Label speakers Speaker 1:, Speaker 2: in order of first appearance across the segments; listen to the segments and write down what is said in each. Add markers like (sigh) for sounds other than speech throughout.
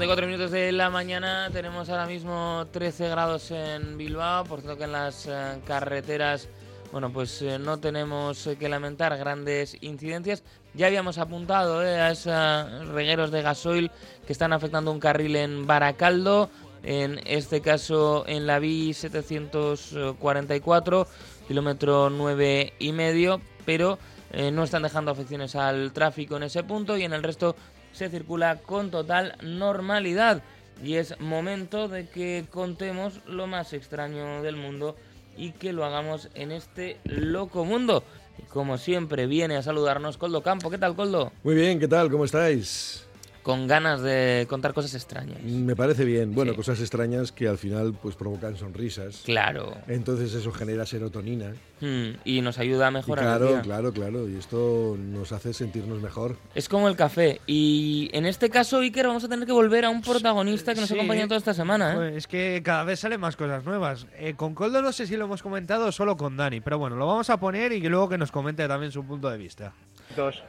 Speaker 1: y 4 minutos de la mañana tenemos ahora mismo 13 grados en Bilbao, por tanto que en las eh, carreteras, bueno, pues eh, no tenemos eh, que lamentar grandes incidencias. Ya habíamos apuntado eh, a esos regueros de gasoil que están afectando un carril en Baracaldo, en este caso en la BI 744, kilómetro 9 y medio, pero eh, no están dejando afecciones al tráfico en ese punto y en el resto se circula con total normalidad. Y es momento de que contemos lo más extraño del mundo y que lo hagamos en este loco mundo. Y como siempre, viene a saludarnos Coldo Campo. ¿Qué tal, Coldo?
Speaker 2: Muy bien, ¿qué tal? ¿Cómo estáis? Mm,
Speaker 1: Con ganas de contar cosas extrañas.
Speaker 2: Me parece bien. Bueno, sí. cosas extrañas que al final pues provocan sonrisas.
Speaker 1: Claro.
Speaker 2: Entonces eso genera serotonina.
Speaker 1: Hmm, y nos ayuda a mejorar.
Speaker 2: Y claro,
Speaker 1: el día.
Speaker 2: claro, claro. Y esto nos hace sentirnos mejor.
Speaker 1: Es como el café. Y en este caso, Iker, vamos a tener que volver a un protagonista que nos
Speaker 3: Sí.
Speaker 1: acompaña toda esta semana. ¿eh?
Speaker 3: Pues es que cada vez salen más cosas nuevas. Eh, con Coldo no sé si lo hemos comentado o solo con Dani, pero bueno, lo vamos a poner y que luego que nos comente también su punto de vista.
Speaker 4: Dos.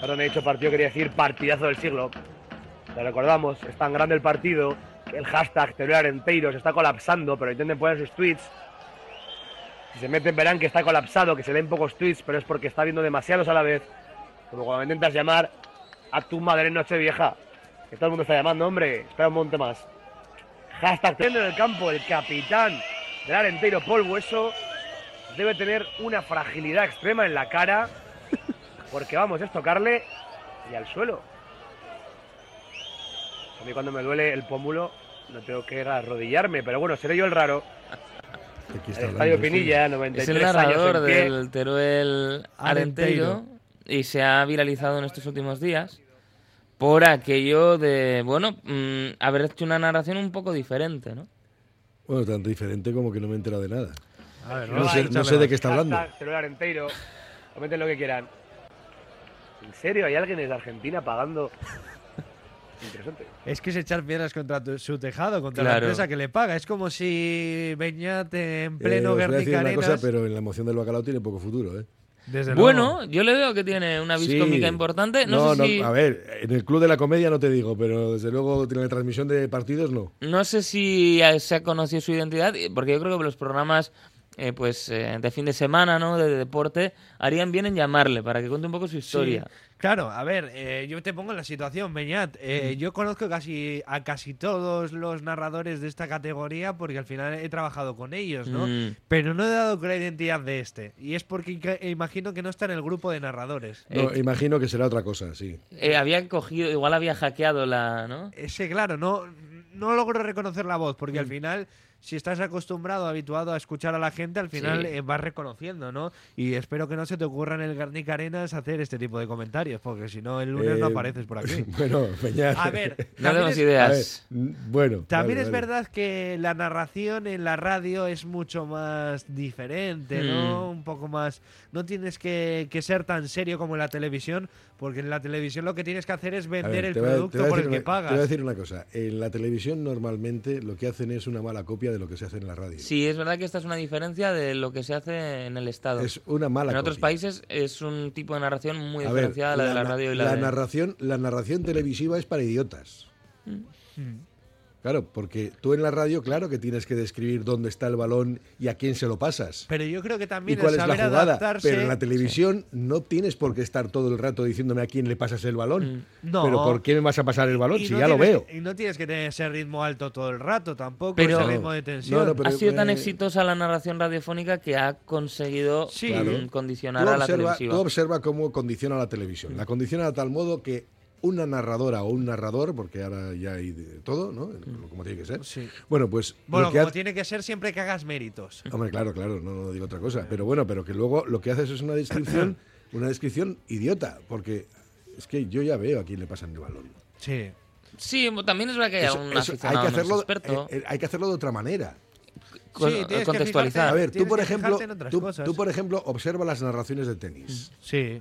Speaker 4: Perdón, he dicho partido, quería decir partidazo del siglo. Lo recordamos, es tan grande el partido que el hashtag Teoría Arenteiros está colapsando, pero intenten poner sus tweets. Si se meten verán que está colapsado, que se leen pocos tweets, pero es porque está viendo demasiados a la vez. Como cuando intentas llamar a tu madre en noche vieja. Que todo el mundo está llamando, hombre. Espera un monte más. Hashtag Teoría en el campo, el capitán del Arenteiro Paul Hueso debe tener una fragilidad extrema en la cara porque vamos, es tocarle y al suelo. A mí cuando me duele el pómulo no tengo que arrodillarme, pero bueno, seré yo el raro.
Speaker 2: Aquí
Speaker 4: El
Speaker 2: está
Speaker 4: Estadio
Speaker 2: hablando, sí.
Speaker 4: Pinilla,
Speaker 1: Es
Speaker 4: 93
Speaker 1: el
Speaker 4: años
Speaker 1: narrador
Speaker 4: en pie.
Speaker 1: del Teruel Arenteiro
Speaker 3: Arenteiro.
Speaker 1: y se ha viralizado en estos últimos días por aquello de, bueno, mm, haber hecho una narración un poco diferente, ¿no?
Speaker 2: Bueno, tan diferente como que no me he enterado de nada.
Speaker 3: A ver,
Speaker 4: No
Speaker 3: vamos a
Speaker 4: sé-
Speaker 3: escucharle
Speaker 2: no sé de
Speaker 3: más.
Speaker 2: qué está hablando.
Speaker 4: Hashtag Teruel Arenteiro, comenten lo que quieran. ¿En serio hay alguien desde Argentina
Speaker 2: (laughs)
Speaker 4: pagando? Interesante.
Speaker 3: Es que es echar piedras contra tu- su tejado, contra la
Speaker 1: Claro.
Speaker 3: empresa que le paga. Es como si Beñat en pleno
Speaker 2: Eh, os voy a decir
Speaker 3: Guernica
Speaker 2: una cosa,
Speaker 3: Arenas-
Speaker 2: pero en la moción del bacalao tiene poco futuro, ¿eh?
Speaker 3: Desde luego.
Speaker 1: Bueno, yo le veo que tiene una
Speaker 2: Sí.
Speaker 1: viscómica importante. No,
Speaker 2: no,
Speaker 1: sé si,
Speaker 2: a ver, en el Club de la Comedia no te digo, pero desde luego en la transmisión de partidos no.
Speaker 1: no sé si eh, se ha conocido su identidad, eh, porque yo creo que los programas eh, pues eh, de fin de semana, ¿no? De, de deporte, harían bien en llamarle para que cuente un poco su
Speaker 3: Sí.
Speaker 1: historia.
Speaker 3: Claro, a ver, eh, yo te pongo en la situación, Beñat. Eh, Yo conozco casi a casi todos los narradores de esta categoría porque al final he trabajado con ellos, ¿no?
Speaker 1: Mm.
Speaker 3: Pero no he dado con la identidad de este. Y es porque inca- imagino que no está en el grupo de narradores.
Speaker 1: Eh,
Speaker 2: No, imagino que será otra cosa, sí.
Speaker 1: Eh, había cogido, igual había hackeado la, ¿no?
Speaker 3: Ese, claro, no, no logro reconocer la voz
Speaker 1: Mm.
Speaker 3: porque al final, si estás acostumbrado, habituado a escuchar a la gente, al final
Speaker 1: Sí.
Speaker 3: eh, vas reconociendo, ¿no? Y espero que no se te ocurra en el Garnica Arenas hacer este tipo de comentarios porque si no, el lunes no
Speaker 2: Eh,
Speaker 3: apareces
Speaker 1: (laughs)
Speaker 3: por aquí.
Speaker 2: (laughs) bueno, Peñar.
Speaker 3: A ver,
Speaker 1: No
Speaker 3: también
Speaker 1: tenemos
Speaker 3: es-
Speaker 2: A
Speaker 1: ideas.
Speaker 2: ver, n- bueno.
Speaker 3: También
Speaker 2: vale,
Speaker 3: es
Speaker 2: vale.
Speaker 3: verdad que la narración en la radio es mucho más diferente, ¿no?
Speaker 2: Hmm.
Speaker 3: Un poco más... No tienes que, que ser tan serio como en la televisión, porque en la televisión lo que tienes que hacer es
Speaker 2: A
Speaker 3: vender
Speaker 2: ver,
Speaker 3: el
Speaker 2: te voy a- te
Speaker 3: producto
Speaker 2: voy a
Speaker 3: por el
Speaker 2: decir
Speaker 3: que
Speaker 2: una- Te voy a
Speaker 3: pagas.
Speaker 2: decir una cosa. En la televisión normalmente lo que hacen es una mala copia de lo que se hace en la radio.
Speaker 1: Sí, es verdad que esta es una diferencia de lo que se hace en el Estado.
Speaker 2: Es una
Speaker 1: en
Speaker 2: mala copia.
Speaker 1: otros países es un tipo de narración muy
Speaker 2: A ver,
Speaker 1: diferenciada a la, de la
Speaker 2: na-
Speaker 1: radio y la, de... Mm.
Speaker 2: narración, la narración televisiva es para idiotas.
Speaker 3: Mm.
Speaker 2: Claro, porque tú en la radio, claro que tienes que describir dónde está el balón y a quién se lo pasas.
Speaker 3: Pero yo creo que
Speaker 2: Y
Speaker 3: también el
Speaker 2: cuál es la
Speaker 3: saber
Speaker 2: jugada.
Speaker 3: adaptarse...
Speaker 2: Pero en la televisión no tienes por qué estar todo el rato diciéndome a quién le pasas el balón.
Speaker 3: Mm. No.
Speaker 2: Pero ¿por qué me vas a pasar el balón?
Speaker 3: y
Speaker 2: Si
Speaker 3: no
Speaker 2: ya lo veo.
Speaker 3: tienes- Y no tienes que tener ese ritmo alto todo el rato tampoco,
Speaker 1: Pero-
Speaker 3: ese ritmo de
Speaker 2: No,
Speaker 3: tensión.
Speaker 2: no, pero-
Speaker 1: ha sido tan
Speaker 2: eh,
Speaker 1: exitosa la narración radiofónica que ha conseguido
Speaker 3: Sí.
Speaker 1: mm,
Speaker 2: Claro.
Speaker 1: condicionar
Speaker 2: Tú
Speaker 1: a la
Speaker 2: observa,
Speaker 1: televisiva.
Speaker 2: tú observa cómo condiciona la televisión. La condiciona de tal modo que una narradora o un narrador, porque ahora ya hay de todo, ¿no? Como tiene que ser.
Speaker 3: Sí.
Speaker 2: Bueno, pues
Speaker 3: Bueno,
Speaker 2: lo que
Speaker 3: como
Speaker 2: ha-
Speaker 3: tiene que ser siempre que hagas méritos.
Speaker 2: (laughs) Hombre, claro, claro, no, no digo otra cosa. Pero bueno, pero que luego lo que haces es una descripción, una descripción idiota, porque es que yo ya veo a quién le pasan el balón.
Speaker 3: Sí.
Speaker 1: Sí, bueno, también es verdad que
Speaker 2: Eso-
Speaker 1: hay Eh, un
Speaker 2: eso
Speaker 1: aficionado
Speaker 2: que
Speaker 1: menos
Speaker 2: hacerlo,
Speaker 1: experto
Speaker 2: eh, eh, hay que hacerlo de otra manera.
Speaker 1: con-
Speaker 3: Sí, tienes que
Speaker 1: contextualizar.
Speaker 2: A
Speaker 3: fijarte-
Speaker 2: ver, tú
Speaker 3: tienes
Speaker 2: por
Speaker 3: que
Speaker 2: ejemplo,
Speaker 3: fijarte en otras
Speaker 2: tú,
Speaker 3: cosas.
Speaker 2: tú, por ejemplo observa las narraciones de tenis.
Speaker 3: Sí.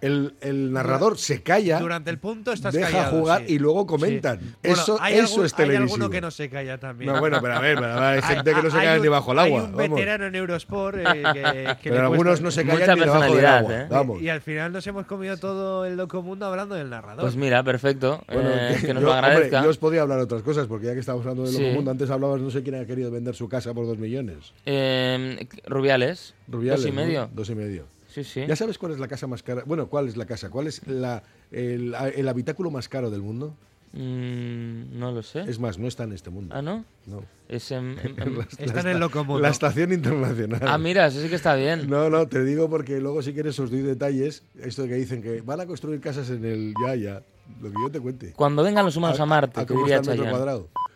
Speaker 2: El, el narrador se calla,
Speaker 3: Durante el punto estás
Speaker 2: deja
Speaker 3: callado,
Speaker 2: jugar
Speaker 3: sí.
Speaker 2: y luego
Speaker 3: Sí.
Speaker 2: comentan.
Speaker 3: Bueno,
Speaker 2: eso
Speaker 3: hay
Speaker 2: eso
Speaker 3: algún-
Speaker 2: es
Speaker 3: Hay
Speaker 2: televisivo.
Speaker 3: alguno que no se calla también.
Speaker 2: No, bueno, pero a ver, pero
Speaker 3: (laughs)
Speaker 2: hay
Speaker 3: Hay-
Speaker 2: gente que no se
Speaker 3: hay
Speaker 2: cae
Speaker 3: un-
Speaker 2: ni bajo el agua.
Speaker 3: Hay un
Speaker 2: vamos.
Speaker 3: veterano en
Speaker 2: (laughs)
Speaker 3: Eurosport eh, que, que le
Speaker 2: Pero algunos
Speaker 3: cuesta-
Speaker 2: no se
Speaker 1: Mucha
Speaker 2: callan ni debajo del
Speaker 1: personalidad,
Speaker 2: agua.
Speaker 1: ¿eh?
Speaker 2: Vamos.
Speaker 3: Y al final nos hemos comido todo el docomundo hablando del narrador.
Speaker 1: Pues mira, perfecto.
Speaker 2: (laughs) Bueno,
Speaker 1: eh, que nos
Speaker 2: yo-
Speaker 1: lo
Speaker 2: hombre,
Speaker 1: agradezca.
Speaker 2: yo os podía hablar otras cosas, porque ya que estamos hablando de lo
Speaker 1: Sí.
Speaker 2: mundo, antes hablabas, no sé quién ha querido vender su casa por dos millones.
Speaker 1: Eh, Rubiales.
Speaker 2: Rubiales.
Speaker 1: Dos y
Speaker 2: ¿no?
Speaker 1: medio.
Speaker 2: Dos y medio.
Speaker 1: Sí, sí.
Speaker 2: ¿Ya sabes cuál es la casa más cara? Bueno, ¿cuál es la casa? ¿Cuál es la, el, el habitáculo más caro del mundo?
Speaker 1: Mm, no lo sé.
Speaker 2: Es más, no está en este mundo.
Speaker 1: Ah, ¿no?
Speaker 2: No. (laughs)
Speaker 1: Es en- en- en-
Speaker 2: La-
Speaker 3: Está en
Speaker 2: la-
Speaker 3: el locomoto.
Speaker 2: La estación internacional.
Speaker 1: Ah, mira, eso sí que está bien.
Speaker 2: No, no, te digo porque luego si quieres os doy detalles. Esto que dicen que van a construir casas en el... Ya, ya. Lo que yo te cuente.
Speaker 1: Cuando vengan los humanos a, Marte,
Speaker 2: ¿A
Speaker 1: te
Speaker 2: cómo
Speaker 1: diría
Speaker 2: está el metro
Speaker 1: Chayanne.
Speaker 2: cuadrado?